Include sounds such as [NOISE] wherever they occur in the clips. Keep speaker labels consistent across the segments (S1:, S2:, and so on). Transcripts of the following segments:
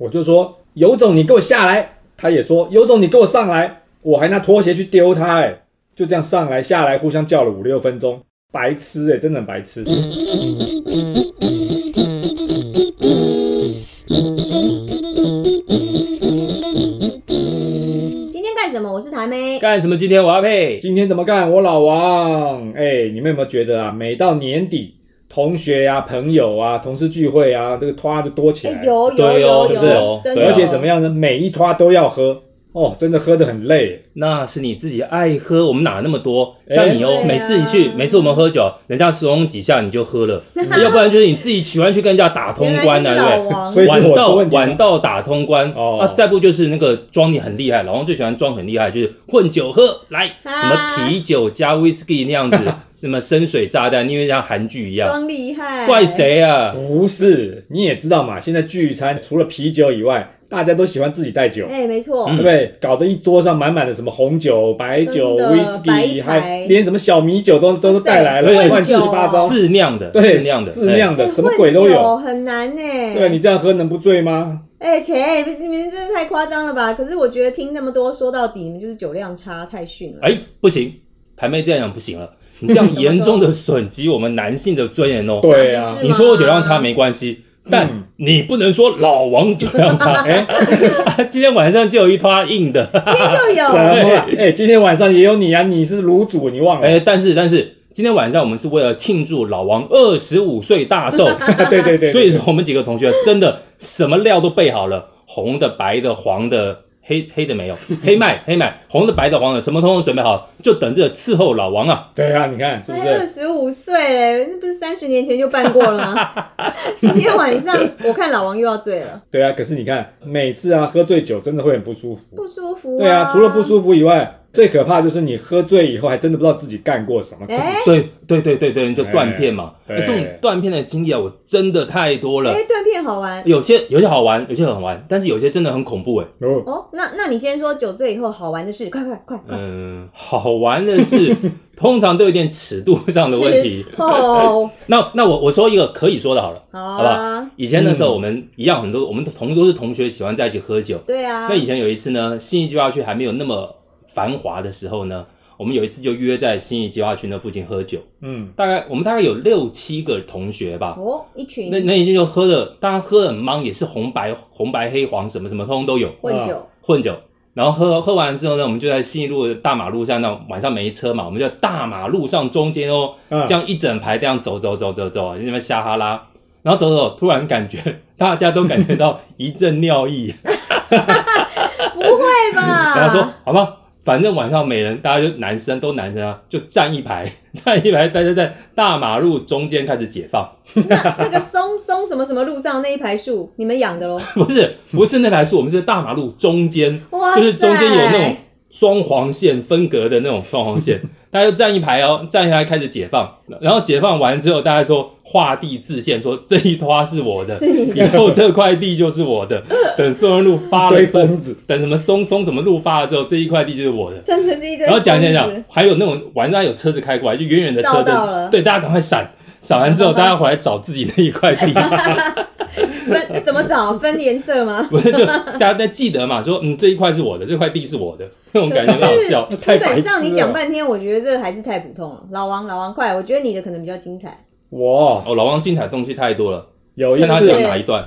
S1: 我就说有种你给我下来，他也说有种你给我上来，我还拿拖鞋去丢他、哎，就这样上来下来互相叫了五六分钟，白痴哎、真的很白痴。
S2: 今天干什么？我是台妹。
S3: 干什么？今天我要配
S1: 今天怎么干？我老王，哎、你们有没有觉得啊，每到年底，同学啊、朋友啊、同事聚会啊，这个拖就多起来，
S2: 哎，有有
S3: 对
S2: 有
S3: 哦
S1: 是啊
S2: 有
S3: 哦，
S2: 真
S3: 对
S2: 的。
S3: 哦
S1: 而且怎么样呢？每一拖都要喝哦，真的喝得很累。
S3: 那是你自己爱喝，我们哪那么多？
S1: 哎
S3: 像你
S2: 对
S3: 哦，
S2: 啊
S3: 每次你去，每次我们喝酒，人家怂恿几下你就
S2: [LAUGHS]
S3: 喝了，要不然就是你自己喜欢去跟人家打通关
S2: 原
S3: 啊，
S2: 来就
S1: 所
S2: 是老王
S3: 对不对？
S1: 以是
S3: 晚
S1: 我的
S3: 到
S1: 问题吗啊
S3: 晚到打通关
S1: 哦
S3: 啊，再不就是那个装你很厉害，老王最喜欢装很厉害，就是混酒喝来，
S2: 啊
S3: 什么啤酒加 whisky 那样
S2: [LAUGHS]
S3: 子，那么深水炸弹，因为像韩剧一样，
S2: 装厉害，
S3: 怪？谁啊？
S1: 哦不是，你也知道嘛，现在聚餐除了啤酒以外，大家都喜欢自己带酒。
S2: 哎，没错
S1: 对，
S3: 嗯
S1: 不对？搞得一桌上满满的什么红酒、白酒、
S2: 真的白
S1: whisky，
S2: 牌
S1: 还连什么小米酒都都
S2: 哇
S1: 都
S2: 塞
S1: 带来
S3: 对
S1: 了，乱七
S2: 混酒
S1: 八
S2: 啊
S1: 糟。
S3: 自酿的，
S1: 对，
S3: 自酿的，
S1: 自
S3: 哎
S1: 酿的，
S2: 哎
S1: 什么鬼都
S2: 混
S1: 有
S2: 酒。很难呢。
S1: 对啊你这样喝能不醉吗？
S2: 哎，且你们你们真的太夸张了吧？可是我觉得听那么多，说到底你们就是酒量差，太逊了。
S3: 哎，不行，台妹这样讲不行了，你这样严
S1: [LAUGHS]
S3: 重的损及我们男性的尊严哦。
S1: 对啊
S2: 是，吗
S3: 你说我酒量差没关系，
S1: 嗯
S3: 但你不能说老王酒量差。
S1: [LAUGHS]
S3: 哎，今天晚上就有一趴硬
S1: 啊
S3: 的。
S2: 今天就有
S1: 什么啦？哎，今天晚上也有你啊，你是卤煮，你忘了？
S3: 嗯哎，但是但是，今天晚上我们是为了庆祝老王二十五岁大寿，
S1: [LAUGHS] [LAUGHS] 对对对对，
S3: 所以说我们几个同学真的什么料都备好了，红的、白的、黄的。黑黑的没有，黑麦黑麦，红的、白的、黄的，什么通通准备好，就等着伺候老王啊！
S1: 对啊，你看是不
S2: 才哎二
S1: 是？
S2: 十五岁嘞，那不是三十年前就办过了吗？
S1: [LAUGHS]
S2: 今天晚上我看老王又要醉了，
S1: 对啊，可是你看每次啊喝醉酒真的会很不舒服。
S2: 不舒服、
S1: 对
S2: 啊，
S1: 啊，除了不舒服以外，最可怕就是你喝醉以后还真的不知道自己干过什么事。
S2: 哎
S3: 对对对对对，就断片嘛。
S1: 哎
S3: 那这种
S1: 对
S3: 断片的经历啊，我真的太多了
S2: 哎，。断片好玩
S3: 有些有些好玩，有些很好玩，但是有些真的很恐怖哎。
S1: 哦，
S2: 哦。那那你先说酒醉以后好玩的事，快快快快！
S3: 嗯，好玩
S1: [LAUGHS]
S3: 的是，通常都有点尺度上的问题。
S2: 是 [LAUGHS]
S3: [LAUGHS]
S2: 哦，
S3: 那那我我说一个可以说的好了。
S2: 好啊
S3: 好吧，以前的时候，
S1: 嗯
S3: 我们一样很多，我们同都是同学，喜欢在一起喝酒。
S2: 对啊，
S3: 那以前有一次呢，新义计划区还没有那么繁华的时候呢，我们有一次就约在新义计划区那附近喝酒，
S1: 嗯，
S3: 大概我们大概有六七个同学吧。
S2: 哦一群
S3: 那那一天就喝的，大家喝的很忙，也是红白红白黑黄什么什么通通都有
S2: 混酒，
S3: 混酒。然后喝喝完之后呢，我们就在信义路的大马路上，那晚上没车嘛，我们就在大马路上中间哦，
S1: 啊
S3: 这样一整排这样走走走走走，那边瞎哈拉，然后走走走，突然感觉大家都感觉到一阵尿意，
S2: 不会
S3: [LAUGHS]
S2: 吧？
S3: 然后说好吧，反正晚上每人大家就男生都男生啊，就站一排 [LAUGHS] 站一排，大家在大马路中间开始解放， [LAUGHS]
S2: 那那个松松什么什么路上那一排树，你们养的喽？
S3: 不是不是那排树，我们是在大马路中间。
S2: 哇塞，
S3: [LAUGHS] 就是中间有那种双黄线分隔的那种双
S2: [LAUGHS]
S3: 黄线，大家就站一排哦，站一排开始解放，然后解放完之后，大家说划地自限，说这一花是我的，
S2: 是你
S3: 以后这块地就是
S2: [LAUGHS]
S3: 我的。等松仁路发了
S1: 堆
S3: 分，
S1: 疯子，
S3: 等什么松松什么路发了之后，这一块地就是我的。
S2: 真的是一堆疯子，
S3: 然后讲讲讲，还有那种晚上有车子开过来，就远远的车
S2: 照到了
S3: 灯，对，大家赶快闪，闪完之后
S2: 好吧
S3: 大家回来找自己那一
S2: [LAUGHS]
S3: 块地。
S2: 分 [LAUGHS] 怎么找分颜色吗？
S3: 不是，就大家在记得嘛，说嗯这一块是我的，这块地是我的，那种感觉很好笑。
S1: 那太
S2: 基
S1: 白
S2: 本
S1: 痴
S2: 上你
S1: 了
S2: 讲半天，我觉得这还是太普通了。老王，老王，快！我觉得你的可能比较精彩。 [LAUGHS]
S1: 我
S3: 哦，老王精彩的东西太多了，
S1: 有一
S3: 看他
S1: 次
S3: 讲哪一段。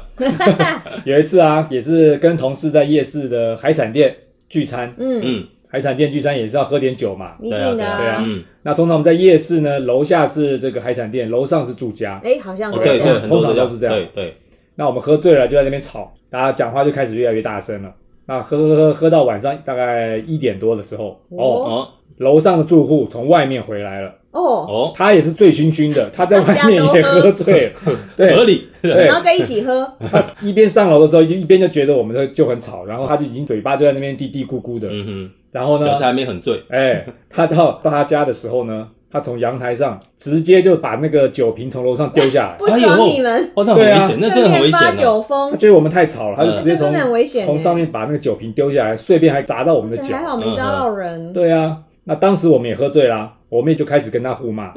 S1: 有一次啊，也是跟同事在夜市的海产店聚餐，
S2: 嗯，
S3: 嗯
S1: 海产店聚餐也是要喝点酒嘛。
S2: 一定的
S1: 对啊
S3: 嗯，
S1: 那通常我们在夜市呢，楼下是这个海产店，楼上是住家。
S2: 哎，好像
S3: 哦
S2: 都
S3: 对
S2: 这
S3: 对，
S2: 样。
S3: 很多
S1: 嗯通常都是这样
S3: 对对，
S1: 那我们喝醉了就在那边吵，大家讲话就开始越来越大声了。那喝喝喝喝到晚上大概一点多的时候，哦，
S3: 哦
S1: 楼上的住户从外面回来了，
S2: 哦，
S3: 哦，
S1: 他也是醉醺醺的，他在
S2: 大
S1: 外
S2: 家
S1: 面
S2: 都
S1: 也
S2: 喝
S1: 喝醉了，
S3: 合
S1: 对，
S3: 理。
S1: 对
S2: 然后在一起
S1: [LAUGHS]
S2: 喝，
S1: 他一边上楼的时候就一边就觉得我们就就很吵，然后他就已经嘴巴就在那边嘀嘀咕咕的，
S3: [LAUGHS] 嗯
S1: 然后
S3: 哼，
S1: 呢
S3: 表示，还没很醉。
S1: 哎，他到到他家的时候呢，他从阳台上直接就把那个酒瓶从楼上丢下来，
S2: 不爽你们，
S3: 哦，那很
S1: 对啊
S3: 危险，那真的很
S2: 顺
S3: 危
S2: 便发
S3: 险哦。
S2: 酒疯
S1: 他，觉得我们太吵了，他
S3: 嗯
S1: 就直接
S2: 这真
S1: 从
S2: 的很危险欸
S1: 从上面把那个酒瓶丢下来，碎片还砸到我们的
S2: 哇塞
S1: 脚
S2: 还。好没扎到人。
S1: 对啊，那当时我们也喝醉啦，我们也就开始跟他互
S2: [LAUGHS]
S1: 骂。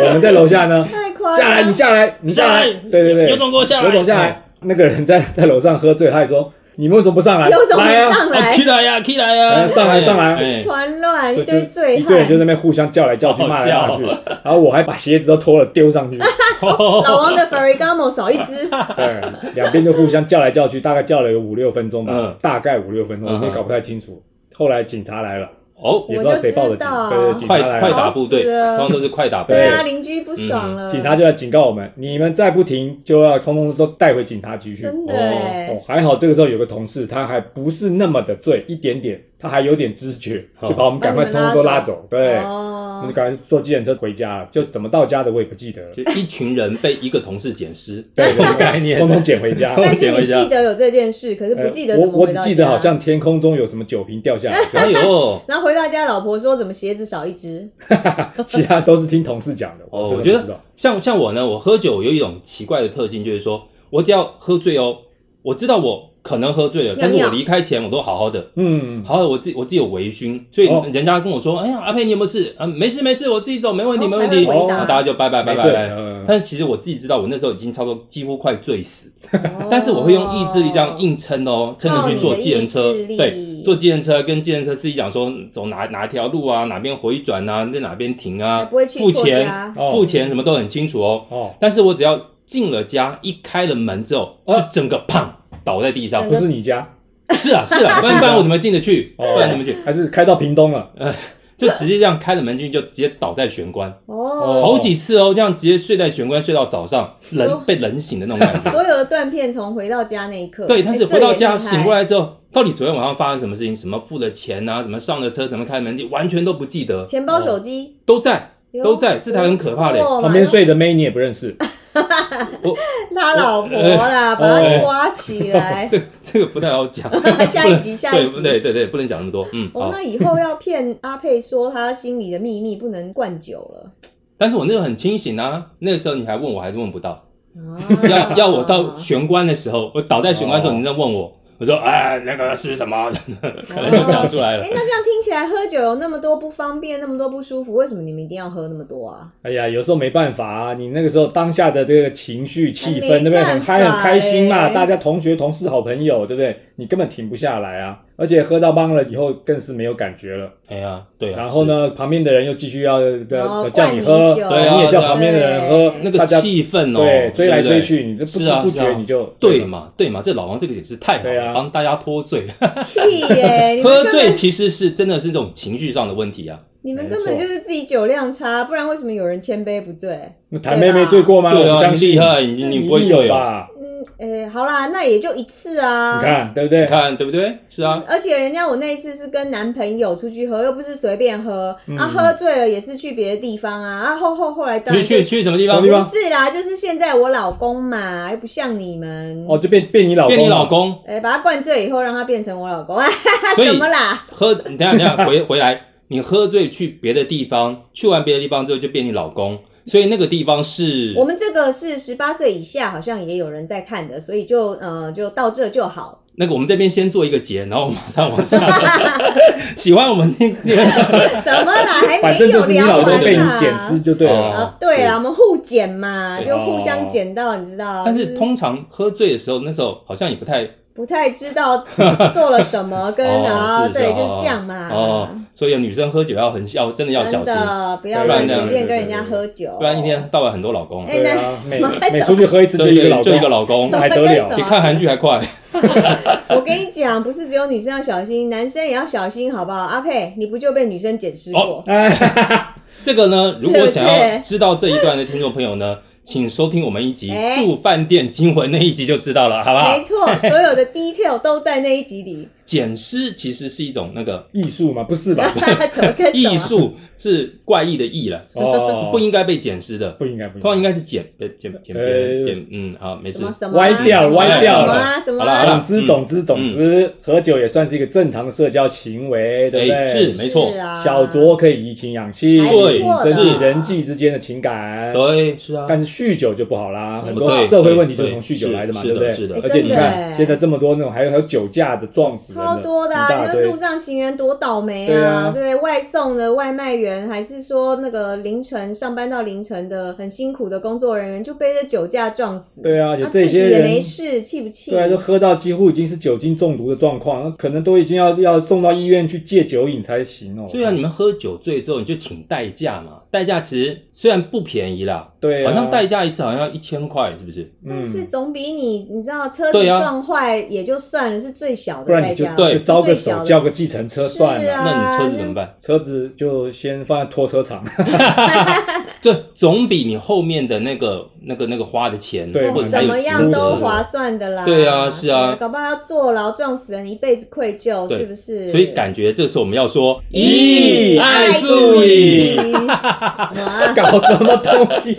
S1: 我们在楼下呢，
S2: 太夸
S1: 嗯下
S2: 张！
S1: 来，你下来，你下来，对对对，
S3: 有种给我下来，哎
S1: 有种下来，那个人在在楼上喝醉，他也说你们为什么不上来？
S2: 有种
S1: 来
S2: 没
S1: 啊！
S2: 上来，
S3: 哦起来呀，起来
S1: 来
S3: 呀，
S1: 啊上来上来
S3: 哎
S2: 团乱
S1: 所以
S2: 一
S1: 就
S2: 堆醉
S1: 一堆人
S2: 汉
S1: 就，在那边互相叫来叫去，
S3: 好
S1: 骂来
S3: 笑啊
S1: 骂去，然后我还把鞋子都脱了丢上去，
S2: 老王
S1: 哦
S2: 的 Ferragamo 少一只，
S1: 对，两边就互相叫来叫去，大概叫了有五六分钟吧
S3: 嗯，
S1: 大概五六分钟，
S3: 嗯
S1: 我也搞不太清楚。后来警察来了，
S3: 哦，
S1: 也不知道谁报的警，
S2: 我就
S1: 对对，
S2: 知道
S1: 警察
S3: 快
S1: 来
S3: 快
S1: 了，
S3: 打部队，
S2: 好死了
S3: 通常都是快打
S1: [LAUGHS]
S3: 部
S1: 对嗯
S2: 对
S3: 队，
S2: 啊，邻居不爽了，
S1: 警察就来警告我们，你们再不停就要通通都带回警察局去。
S2: 真的
S1: 哦
S2: 哎，，
S1: 还好这个时候有个同事，他还不是那么的醉，一点点，他还有点知觉，
S3: 哦
S1: 就把我们赶快
S2: 把
S1: 通
S2: 你们
S1: 通都
S2: 拉
S1: 拉
S2: 走
S1: 走。对，我
S2: 哦
S1: 们就赶快坐计程车回家了，就怎么到家的我也不记得了。
S3: 就一群人被一个同事捡尸，
S1: 对，
S3: 这 [LAUGHS] 种概念
S1: 通。通捡回家。
S2: 但是你记得有这件事，可是 [LAUGHS] 不记得
S1: 呃
S2: 怎
S1: 我
S2: 么
S1: 我
S2: 回
S1: 只
S2: 到家。
S1: 记得好像天空中有什么酒瓶掉
S3: [LAUGHS]
S1: 下来这样，
S3: 哎呦，
S2: 然后回到家，老婆说怎么鞋子少一只？
S1: [LAUGHS] 其他都是听同事讲的。
S3: 哦，
S1: 真的
S3: 我觉
S1: 不知道
S3: 得像像我呢，我喝酒有一种奇怪的特性，就是说我只要喝醉哦，我知道我可能喝醉了，但是
S2: 尿
S3: 我
S2: 尿
S3: 离开前我都好好的，
S1: 嗯，
S3: 好好的，我自己我自己有微醺，所以
S1: 哦
S3: 人家跟我说，哎呀，阿佩你有没有事？啊，没事没事，我自己走，没问题
S2: 哦
S3: 没问题，
S2: 还会回答
S3: 那大家就拜拜拜
S1: 没
S3: 拜
S1: 醉
S3: 拜。
S1: 嗯
S3: 但是其实我自己知道，我那时候已经差不多几乎快醉死，
S2: 哦
S3: 但是我会用意志力这样硬撑哦，撑着去坐计程
S2: 靠你
S3: 车
S2: 的意志，力
S3: 对，坐计程车跟计程车司机讲说走哪哪一条路啊，哪边回转啊，在哪边停
S2: 还
S3: 啊
S2: 不会，去
S3: 付
S2: 错
S3: 钱
S2: 家，
S1: 哦
S3: 付钱什么都很清楚哦。
S1: 哦，
S3: 但是我只要进了家，一开了门之后，就
S1: 啊
S3: 整个砰倒在地上
S2: 整
S1: 不
S2: 个。
S1: 是你家，
S3: 是啊是啊，不然不然我怎么进得去？不
S1: 哦
S3: 然怎么去？
S1: 还是开到屏东了？
S3: 就直接这样开了门进去，就直接倒在玄关，
S2: 哦，
S3: 好几次哦，这样直接睡在玄关，睡到早上，冷被冷醒的那种
S2: [LAUGHS]
S3: 感觉。
S2: 所有的断片从回到家那一刻，
S3: 对，但是
S2: 哎
S3: 回到家
S2: 这也
S3: 醒过，
S2: 厉害
S3: 来之后，到底昨天晚上发生什么事情？什么付的钱啊？什么上的车？怎么开门？完全都不记得，
S2: 钱包、
S3: 哦
S2: 手机
S3: 都在。
S2: 哟
S3: 都在这才很可怕嘞
S2: 有错嘛
S1: 旁边睡的妹你也不认识，
S2: 他老婆
S3: 呃
S2: 啦，把他抓起
S3: [LAUGHS]
S2: 来。，
S3: 这这个不太好讲
S2: [LAUGHS] 下一集
S3: 不能
S2: 下一集
S3: [LAUGHS] 对对对对，不能讲那么多。嗯，
S2: 哦，
S3: 好。
S2: 那以后要骗阿佩说他心里的秘密不能灌酒了。
S3: 但是我那时候很清醒啊，那个时候你还问我，还是问不到。
S2: 啊
S3: [LAUGHS]
S1: [LAUGHS]
S3: 要要我到玄关的时候，我倒在玄关的时候，
S1: 哦
S3: 你在问我，我说哎，那个是什么？ [LAUGHS] [LAUGHS] 可能就讲出来
S1: [LAUGHS]
S3: 了
S2: 哎、。那这样听起来喝酒有那么多不方便，那么多不舒服，为什么你们一定要喝那么多啊？
S1: 哎呀，有时候没办法啊，你那个时候当下的这个情绪、气氛，对不
S2: 没
S1: 对？
S2: 办法
S1: 很嗨、很开心嘛，
S2: 欸
S1: 大家同学、同事、好朋友，对不对？你根本停不下来啊，而且喝到懵了以后，更是没有感觉了。
S3: 哎呀，对啊。
S1: 然后呢，旁边的人又继续要
S2: 后
S1: 要叫你
S2: 哦灌
S1: 喝，
S2: 你酒
S3: 对啊
S1: 你也叫
S3: 对啊
S1: 旁边的人喝
S2: 对，
S3: 是？那
S1: 大
S3: 个
S1: 家
S3: 气氛哦，
S1: 对追来
S3: 不对
S1: 追去，你这不
S3: 是
S1: 知
S3: 啊
S1: 不
S3: 是
S1: 觉
S3: 啊
S1: 你就
S3: 对嘛，对嘛，这老王这个解释太好
S1: 对
S3: 了，
S1: 啊
S3: 帮大家脱罪。
S2: 屁耶、
S3: [LAUGHS]
S2: 你们
S3: 喝
S2: 根本
S3: 醉其实是真的是这种情绪上的问题啊。
S2: 你们
S1: 没
S2: 根本
S1: 错
S2: 就是自己酒量差，不然为什么有人千杯不醉？
S1: 那谭妹妹醉过吗？
S3: 对
S1: 我不
S3: 啊，
S1: 相
S3: 你
S1: 信
S3: 厉，害，你
S1: 你
S3: 你
S1: 一
S3: 不会
S1: 定有
S3: 醉啊？
S1: 吧？
S2: 嗯，诶、好啦，那也就一次啊。
S1: 你看对不对
S3: 你？看对不对？是啊，
S2: 而且人家我那一次是跟男朋友出去喝，又不是随便喝，
S1: 嗯
S2: 啊，喝醉了也是去别的地方啊，啊，后后后来当
S3: 去
S2: 然就
S3: 去去什么地
S1: 什
S3: 方
S1: 么？地
S2: 不
S1: 方
S2: 是啦，就是现在我老公嘛，又不像你们
S1: 哦，就变变你老公，
S3: 变你老，公，
S2: 哎、把他灌醉以后，让他变成我老公，啊、
S3: 所
S2: 什
S3: 以
S2: 么啦？
S3: 喝，你等一下等一下回回来，你喝醉去别的地方，去完别的地方之后就变你老公，所以那个地方是
S2: 我们这个是十八岁以下，好像也有人在看的，所以就呃就到这就好。 [LAUGHS]
S3: 那个我们这边先做一个结，然后马上往下。 [LAUGHS] 喜欢我们
S2: [LAUGHS]
S3: 那个
S2: 什么啦？还
S1: 反
S2: 没
S1: 正就
S2: 哎有
S1: 是你
S2: 聊
S1: 老公
S2: 完
S1: 被你
S2: 啦。
S1: 捡尸就对
S3: 哦
S1: 了。
S2: 啊，对啦，我们互捡嘛，
S3: 对
S2: 就互相捡到，你知道。
S3: 但
S2: 就是
S3: 通常喝醉的时候，那时候好像也不太
S2: 不太知
S3: [LAUGHS]
S2: 道做了什么，跟
S3: 哦
S2: 啊，
S3: 是是
S2: 对，
S3: 哦
S2: 就是这样嘛。
S3: 哦，所以女生喝酒要很要真的要小
S2: 真
S3: 心，
S2: 的不要
S1: 对
S2: 乱
S3: 不然
S2: 随
S3: 那
S2: 便
S1: 对
S2: 跟人家喝酒，
S3: 不然一天。到晚很多老公。
S2: 哎
S1: 对啊，
S2: 那
S1: 每
S2: 什么
S1: 每出去喝一次就一个老
S3: 就一个
S1: 公，
S3: 老公
S1: 那，还得
S2: [LAUGHS]
S1: 了
S3: 比看韩剧还快。 [LAUGHS]
S2: 我跟你讲，不是只有女生要小心，男生也要小心，好不好？阿佩，你不就被女生捡尸
S3: 哦
S2: 过？
S1: [LAUGHS] 哎，
S3: 这个呢，如果想
S2: 是不
S3: 要
S2: 是
S3: 知道这一段的听众朋友呢，请收听我们一集
S2: 哎
S3: 《住饭店惊魂》那一集就知道了，好不好
S2: 没？
S3: [LAUGHS]
S2: 错，所有的 detail 都在那一集里。
S3: 捡尸其实是一种那个
S1: 艺术嘛，不是吧？
S2: 什么啊跟什
S3: 艺
S2: 么？
S3: 术，是怪异的异了，
S1: 哦，
S3: 不应该被捡尸的，
S1: 不应该不应
S3: 通常应
S1: 该，
S3: 该是捡呃捡捡别
S1: 哎
S3: 人捡，嗯，好，没
S2: 什
S3: 事
S2: 么。什么啊
S1: 歪掉了，歪掉
S2: 什么
S1: 了。
S2: 啊？什么
S3: 好
S2: 啊？
S1: 总
S3: 啦
S1: 之，
S3: 嗯
S1: 总之，总之，喝酒也算是一个正常的社交行为，对不对？
S3: 哎是没错
S2: 是啊，
S1: 小酌可以怡情养性，
S2: 还
S3: 不错
S1: 增进
S2: 的
S1: 人际之间的情感。
S3: 对，是啊，
S1: 但是酗酒就不好啦，
S2: 没
S1: 很
S2: 错
S1: 多社会问题就是从酗酒
S3: 嗯对
S1: 来的嘛，
S3: 是
S1: 对
S3: 的
S1: 不对？
S3: 是的
S2: 哎
S1: 而且你
S2: 真的哎
S1: 看，现在这么多那种还有还有酒驾的撞死死人了，
S2: 超多的啊！
S1: 一
S2: 你
S1: 大
S2: 看
S1: 堆
S2: 路。上行人多倒霉
S1: 对啊
S2: 啊，对外送的外卖员，还是说那个凌晨上班到凌晨的很辛苦的工作人员，就被这酒驾撞死。
S1: 对啊，而且
S2: 他
S1: 这
S2: 自
S1: 些
S2: 己也
S1: 人
S2: 没事，气不气？
S1: 对啊，就喝到几乎已经是酒精中毒的状况，可能都已经要要送到医院去戒酒瘾才行哦。
S3: 虽然你们喝酒醉之后，你就请代驾嘛，代驾其实虽然不便宜啦，
S1: 对啊，
S3: 好像代驾一次好像要一千块，是不是？
S2: 但
S1: 嗯
S2: 是总比你你知道车子
S3: 对啊
S2: 撞坏也就算了，是最小
S1: 不
S2: 的
S1: 然
S2: 代
S1: 你就
S2: 价，
S3: 对
S1: 就
S2: 最
S1: 招个
S2: 小
S1: 手
S2: 的
S1: 叫个计程车算
S2: 是
S1: 了，
S2: 啊
S3: 那你车子怎么办？
S1: 车子就先放在拖车场。 [LAUGHS]
S3: 对，总比你后面的那个、那个、那个花的钱，
S1: 对
S3: 或
S2: 哦
S3: 者还
S2: 怎
S3: 有
S2: 么
S3: 心
S2: 样
S3: 思
S2: 都划算的啦。
S3: 对啊是啊
S2: 搞不好要坐牢，撞死人一辈子愧疚，
S3: 对
S2: 是不是？
S3: 所以感觉这时候我们要说，
S1: 咦
S3: 爱注
S1: 注
S3: 意
S1: 意，
S2: [LAUGHS] 什么啊？
S1: 搞什么东西？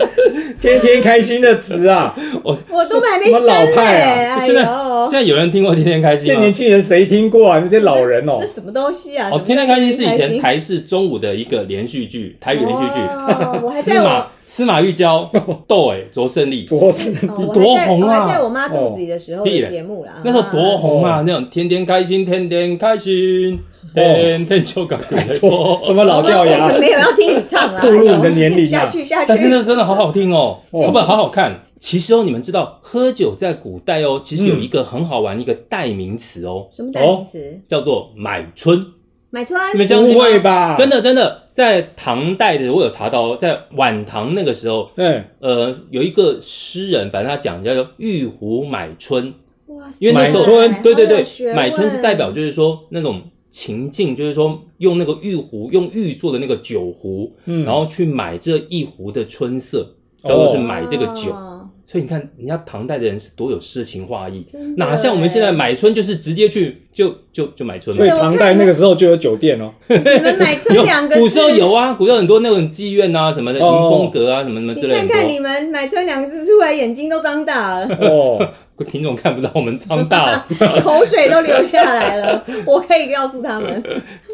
S1: 天天开心的词啊！
S2: 我都还没
S1: 什么
S2: 生
S1: 老
S2: 嘞，
S1: 派啊
S2: 哎
S3: 现在
S2: 呦
S3: 现，在有人听过天天开心
S1: 现在
S3: 吗？
S1: 年轻人谁听过啊？你们这些老人哦
S2: [LAUGHS] 那，什么东西啊？
S3: 哦，天天开心是以前
S2: 台
S3: 台视中午的一个连续剧，台语连续剧。
S2: 哦，我还在
S3: [LAUGHS] 司
S2: 我
S3: 马司马
S1: [LAUGHS]
S3: 玉娇窦唯卓胜利，
S1: 昨是
S2: 哦我还在
S3: 多红啊
S2: 我还在我妈肚子里的时候
S3: 哦屁
S2: 的
S3: 嘞
S2: 节目啦，
S3: 那时候多红啊！
S1: 哦
S3: 那种天天开心，天天开心，天天就搞鬼
S1: [LAUGHS] 什
S3: 多。
S1: 么老掉
S2: 我
S1: 牙
S2: [LAUGHS] 们？没有要听你唱啦，
S1: 暴露你的年龄啊
S2: 下去下去。
S3: 但是那真的好好听哦，
S1: [LAUGHS] 哦
S3: 哦不，好好看。其实哦，你们知道喝酒在古代哦，其实有
S1: 嗯
S3: 一个很好玩一个代名词哦，
S2: 什么代名词？
S3: 叫做买春。
S2: 买春
S3: 你们相信
S1: 不
S3: 吗
S1: 会吧？
S3: 真？的真的，在唐代的我有查到哦，在晚唐那个时候，
S1: 对，
S3: 呃，有一个诗人，反正他讲叫做玉壶买春，
S2: 哇塞
S3: 因为那时候
S1: 买春
S2: 好有
S3: 对对
S2: 学
S3: 对，
S2: 问
S3: 买春是代表就是说那种情境，就是说用那个玉壶，用玉做的那个酒壶，
S1: 嗯，
S3: 然后去买这一壶的春色，叫做是买这个酒。
S2: 哦
S3: 所以你看，人家唐代的人是多有诗情画意，
S2: 真的
S3: 哪像我们现在
S2: 耶
S3: 买春就是直接去就就就买春
S1: 所以
S3: 了。
S1: 唐代那个时候就有酒店
S3: [LAUGHS]
S1: 哦。
S2: 你们买春两个字，
S3: 古时候 [LAUGHS] 有啊，古时候很多那种妓院啊什么的，迎
S1: 哦
S3: 风阁啊什么什么之
S2: 你
S3: 类的很
S2: 看
S3: 多。
S2: 看你们买春两个字出来，眼睛都张大了，
S1: 哦，
S3: 听众看不到我们张大
S2: [LAUGHS]
S3: 了，
S2: 口水都流下来了。我可以告诉他们，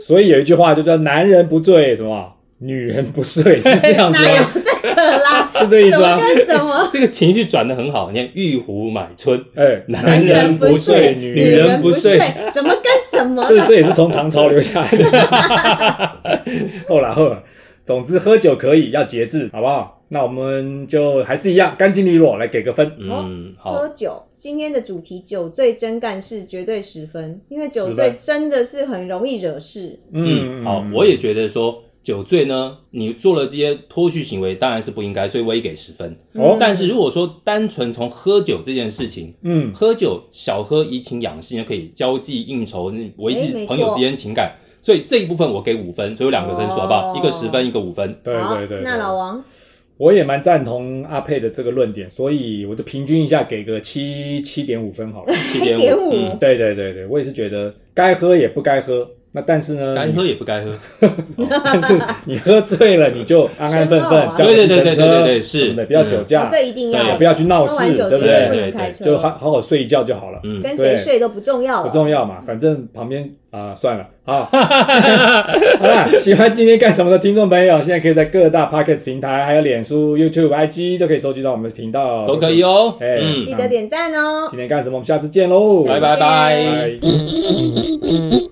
S1: 所以有一句话就叫“男人不醉什么，女人不睡”，是这
S2: [LAUGHS]
S1: 样子
S2: 哪有
S1: 吗？
S2: 这个啦？
S1: 是这意
S2: 什
S1: 思
S2: 么
S1: 吗？
S2: 跟什么？
S3: 这个情绪转的很好。你看玉壶买春，
S1: 哎，
S3: 男人不
S1: 睡，
S3: 醉
S1: 女
S3: 女人不
S2: 睡
S3: 睡，
S2: 什么跟什么
S1: 这
S2: 啦？
S1: 这也是从唐朝留下来的。 [LAUGHS] 后来后来，总之喝酒可以要节制，好不好？那我们就还是一样干净利落来给个分。
S3: 嗯，好
S2: 喝，酒，今天的主题酒醉真干事绝对十分，因为酒醉
S1: 十分
S2: 真的是很容易惹事。
S3: 嗯，好，我也觉得说酒醉呢，你做了这些脱序行为当然是不应该，所以我也给十分。
S1: 哦
S2: 嗯
S3: 但是如果说单纯从喝酒这件事情，
S1: 嗯
S3: 喝酒小喝怡情养性，又可以交际应酬，嗯维
S2: 哎没
S3: 系
S2: 错
S3: 朋友之间情感，所以这一部分我给五分，所以有两个分数好不好？
S2: 哦
S3: 一个十分，一个五分。
S1: 对
S2: 好
S1: 对对，
S2: 那
S1: 对
S2: 老王
S1: 我也蛮赞同阿佩的这个论点，所以我就平均一下给个七七点五分好了。
S3: 七点
S2: 点
S3: 五，
S2: 五
S3: 嗯，
S1: 对对对对，我也是觉得该喝也不该喝，那但是呢，
S3: 该
S1: 你
S3: 喝也不该喝。
S1: 但是你 [LAUGHS] 喝醉了，你就安安分分
S2: [LAUGHS] 深奥啊，
S1: 叫个计程车
S3: 对对对对对对是
S1: 什么的，不要酒
S2: 哦
S1: 驾，，
S2: 这一定要
S3: 对
S1: 也不要去闹
S2: 喝完
S1: 事，
S2: 酒
S1: 对
S2: 绝
S1: 不
S2: 对不
S1: 对？
S2: 能开车，
S1: 就好好好睡一觉就好了，
S3: 嗯，
S2: 跟谁
S1: 对
S2: 睡都不重要了，
S1: 不重要嘛，反正旁边啊算了，
S3: [LAUGHS]
S1: 好，好啦，喜欢今天干什么的听众朋友，现在可以在各大 podcast 平台，还有脸书、YouTube、IG 都可以收集到我们的频道，
S3: 都可以。哦。
S1: 哎
S3: 嗯，
S2: 记得点赞哦。
S1: 今天干什么？我们下次见喽，
S3: 拜拜拜。
S1: 拜。